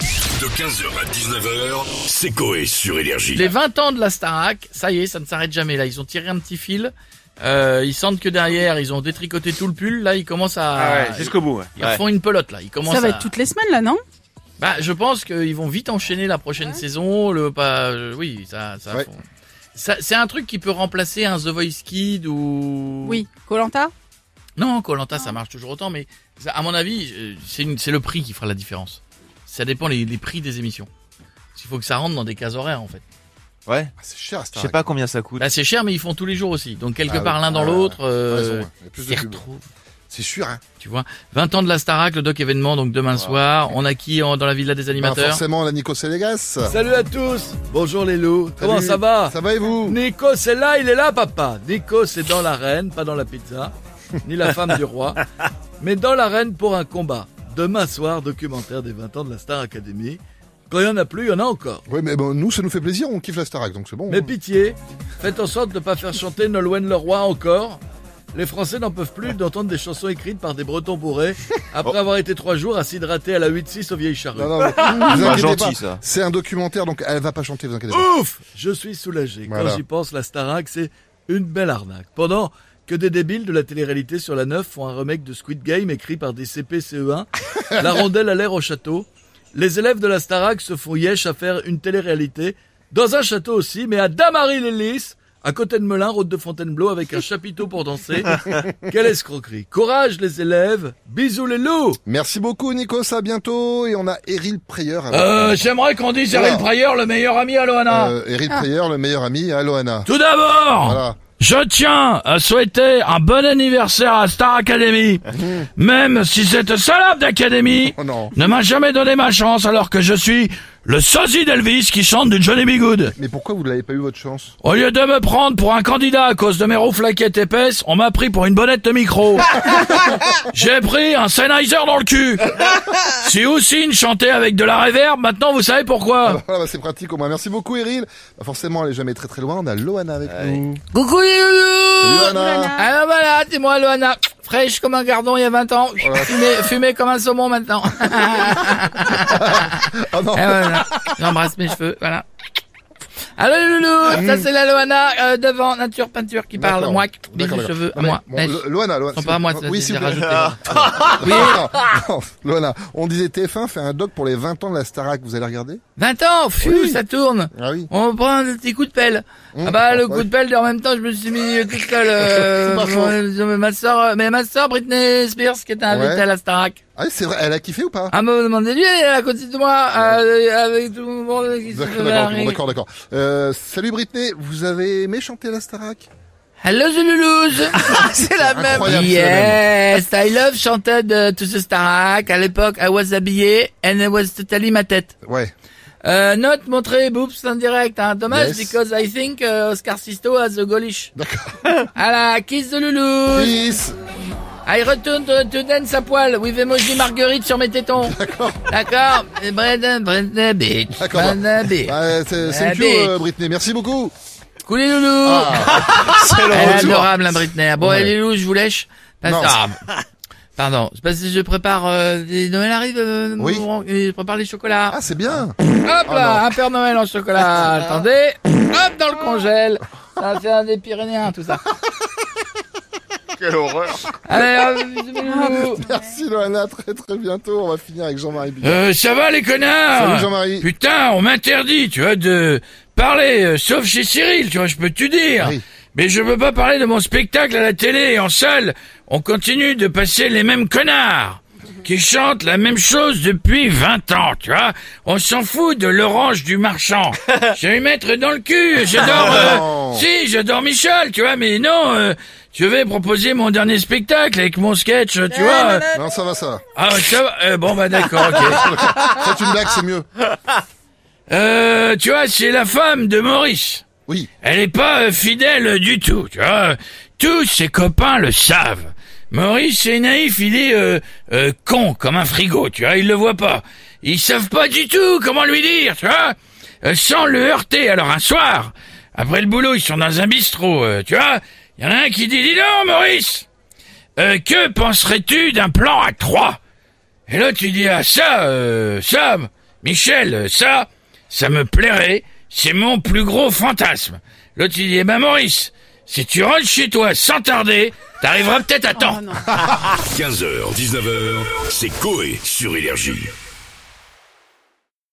De 15h à 19h, c'est Coé sur Énergie. Les 20 ans de la Starac, ça y est, ça ne s'arrête jamais là. Ils ont tiré un petit fil. Euh, ils sentent que derrière, ils ont détricoté tout le pull. Là, ils commencent à. Ah ouais, jusqu'au bout. ouais. ils font une pelote là. Ils commencent Ça va à- être toutes les semaines là, non Bah, je pense qu'ils vont vite enchaîner la prochaine saison. Le pas, euh, oui, ça, ça. Ouais. font- Ça- c'est un truc qui peut remplacer un The Voice Kid ou. Oui. Colanta Non, Colanta, ça marche toujours autant, mais ça, à mon avis, euh, c'est une- c'est le prix qui fera la différence. Ça dépend les, les prix des émissions. Il faut que ça rentre dans des cases horaires en fait. Ouais. Ah, c'est cher, Je Star sais pas combien ça coûte. Là, c'est cher, mais ils font tous les jours aussi. Donc quelque Ah part oui. l'un dans Ah, l'autre. euh, plus ils de pub. retrouvent. C'est sûr, hein. Tu vois, 20 ans de la Starac, le doc événement, donc demain soir. On a qui en- dans la villa des Bah, animateurs forcément, la Nico Sénégas. Salut à tous Bonjour les loups Salut. Comment ça va Ça va et vous Nico c'est là, il est là papa Nico c'est dans l'arène, pas dans la pizza, ni la femme du roi, mais dans l'arène pour un combat. Demain soir, documentaire des 20 ans de la Star Academy. Quand il n'y en a plus, il y en a encore. Oui, mais bon, nous, ça nous fait plaisir, on kiffe la Starac, donc c'est bon. Mais pitié, faites en sorte de ne pas faire chanter Nolwenn Leroy encore. Les Français n'en peuvent plus d'entendre des chansons écrites par des Bretons bourrés après avoir été trois jours à s'hydrater à la 8-6 au vieil charrue. Oh. Non, non, mais vous Pas inquiétez Bah, gentil, pas. ça. C'est un documentaire, donc elle va pas chanter, vous inquiétez pas. Ouf Je suis soulagé. Voilà. Quand j'y pense, la Starac, c'est une belle arnaque. Pendant que des débiles de la télé-réalité sur la 9 font un remake de Squid Game écrit par des CP-CE1, E la rondelle à l'air au château, les élèves de la Starac se font yesh à faire une télé-réalité, dans un château aussi, mais à Damary-les-Lys, à côté de Melun, route de Fontainebleau, avec un chapiteau pour danser. Quelle escroquerie. Courage les élèves, bisous les loups Merci beaucoup, Nico, à bientôt. Et on a Eril Preyer. avec Euh, j'aimerais qu'on dise Cyril Alors. Pryor, le meilleur ami à Loana. Ah. nous. Euh, Eril Preyer, le meilleur ami à Loana. Tout d'abord, Voilà. je tiens à souhaiter un bon anniversaire à Star Academy. même si cette salope d'académie Oh non. ne m'a jamais donné ma chance alors que je suis le sosie d'Elvis qui chante du Johnny B. Good. Mais pourquoi vous n'avez pas eu votre chance Au lieu de me prendre pour un candidat à cause de mes rouflaquettes épaisses, on m'a pris pour une bonnette de micro. J'ai pris un Sennheiser dans le cul. Si Houssine chantait avec de la réverb, maintenant vous savez pourquoi. Voilà, bah, c'est pratique au moins. Merci beaucoup, Eril. Bah, forcément, elle est jamais très très loin. On a Loana avec nous. Coucou les loulous Loana. Alors voilà, c'est moi Loana, fraîche comme un gardon il y a 20 ans, fumée, fumée comme un saumon maintenant. Oh non. Et Eh, voilà. J'embrasse mes cheveux, voilà. Allô les loulous, ça c'est la Loana euh, devant Nature Peinture qui parle, Mmh. D'accord. moi, D'accord, bisous d'accord. cheveux, à Non, mais moi. bon, Neige. Lo- Loana, Loana. Ils sont pas à moi, Oui, c'est si j'ai vous- Ah. rajouté. Non, non, non, Loana, on disait TF1 fait un doc pour les 20 ans de la Starac. Vous allez regarder 20 ans, fou, Oui. ça tourne. Ah oui. On prend des petits coups de pelle. Mmh, ah bah le ouais. coup de pelle, en même temps, je me suis mis euh, toute seule. euh, C'est pas faux. euh, ma soeur, mais ma soeur Britney Spears qui était invitée Ouais. à la Starac. Ah oui, c'est vrai. Elle a kiffé ou pas Ah me demandez-lui, elle est à côté de moi, euh, avec tout le monde qui se D'accord, fait d'accord, marrer. d'accord, d'accord. Euh, salut Britney, vous avez aimé chanter la Starac Hello the Ah, Loulouse C'est la même. Yes, I love chantait de To the Starac. À l'époque, I was habillé and I was totally ma tête. Ouais. Euh, note montrée boobs en direct, hein. Dommage, Yes. because I think euh, Oscar Sisto has the gaulish. D'accord. À la kiss de Loulouse. Peace. I return to, to dance à poil with emoji marguerite sur mes tétons. D'accord. D'accord. Brendan, Brendan, bitch. D'accord. bah. Brendan, bitch. Ah, c'est c'est Ah, cute, bitch. euh, Britney. Merci beaucoup. Coulez loulou. C'est le Ah. Elle est retour. adorable, la Britney. Ah Bon, Ouais. elle est loulou, je vous lèche. Parce- Non, Ah, Pardon, c'est parce que je prépare euh, des- Noël arrive, euh, Oui. mon- et je prépare les chocolats. Ah, c'est bien. Hop Oh là, non. un Père Noël en chocolat. Attendez, hop dans le congèle. Ça va faire des Pyrénéens tout ça. Quelle horreur. Allez, hop, bisous, bisous. Merci Loana, très très bientôt. On va finir avec Jean-Marie Bigard. Euh, ça va les connards Salut Jean-Marie. Putain, on m'interdit, tu vois, de parler, euh, sauf chez Cyril, tu vois, je peux tout dire. Oui. Mais je peux pas parler de mon spectacle à la télé et en salle. On continue de passer les mêmes connards qui chantent la même chose depuis 20 ans, tu vois. On s'en fout de l'orange du marchand. je vais lui mettre dans le cul, je dors... euh, Ah Non. si, je dors Michel, tu vois, mais non... euh, je vais proposer mon dernier spectacle avec mon sketch, tu Eh, vois. euh, Non, ça va, ça va. Ah, ça va, euh, bon, bah d'accord, ok. Faites une blague, c'est mieux. Euh, tu vois, c'est la femme de Maurice. Oui. Elle est pas euh, fidèle du tout, tu vois. Tous ses copains le savent. Maurice est naïf, il est euh, euh, con comme un frigo, tu vois, il le voit pas. Ils savent pas du tout comment lui dire, tu vois. Euh, sans le heurter, alors un soir, après le boulot, ils sont dans un bistrot, euh, tu vois. Il y en a un qui dit, dis donc Maurice, euh, que penserais-tu d'un plan à trois et là, tu dis, ah, ça, euh, ça, Michel, ça, ça me plairait, c'est mon plus gros fantasme. L'autre, il dit, eh ben Maurice, si tu rentres chez toi sans tarder, Ah, t'arriveras peut-être à temps. 15h, 19h, c'est Coé sur Énergie.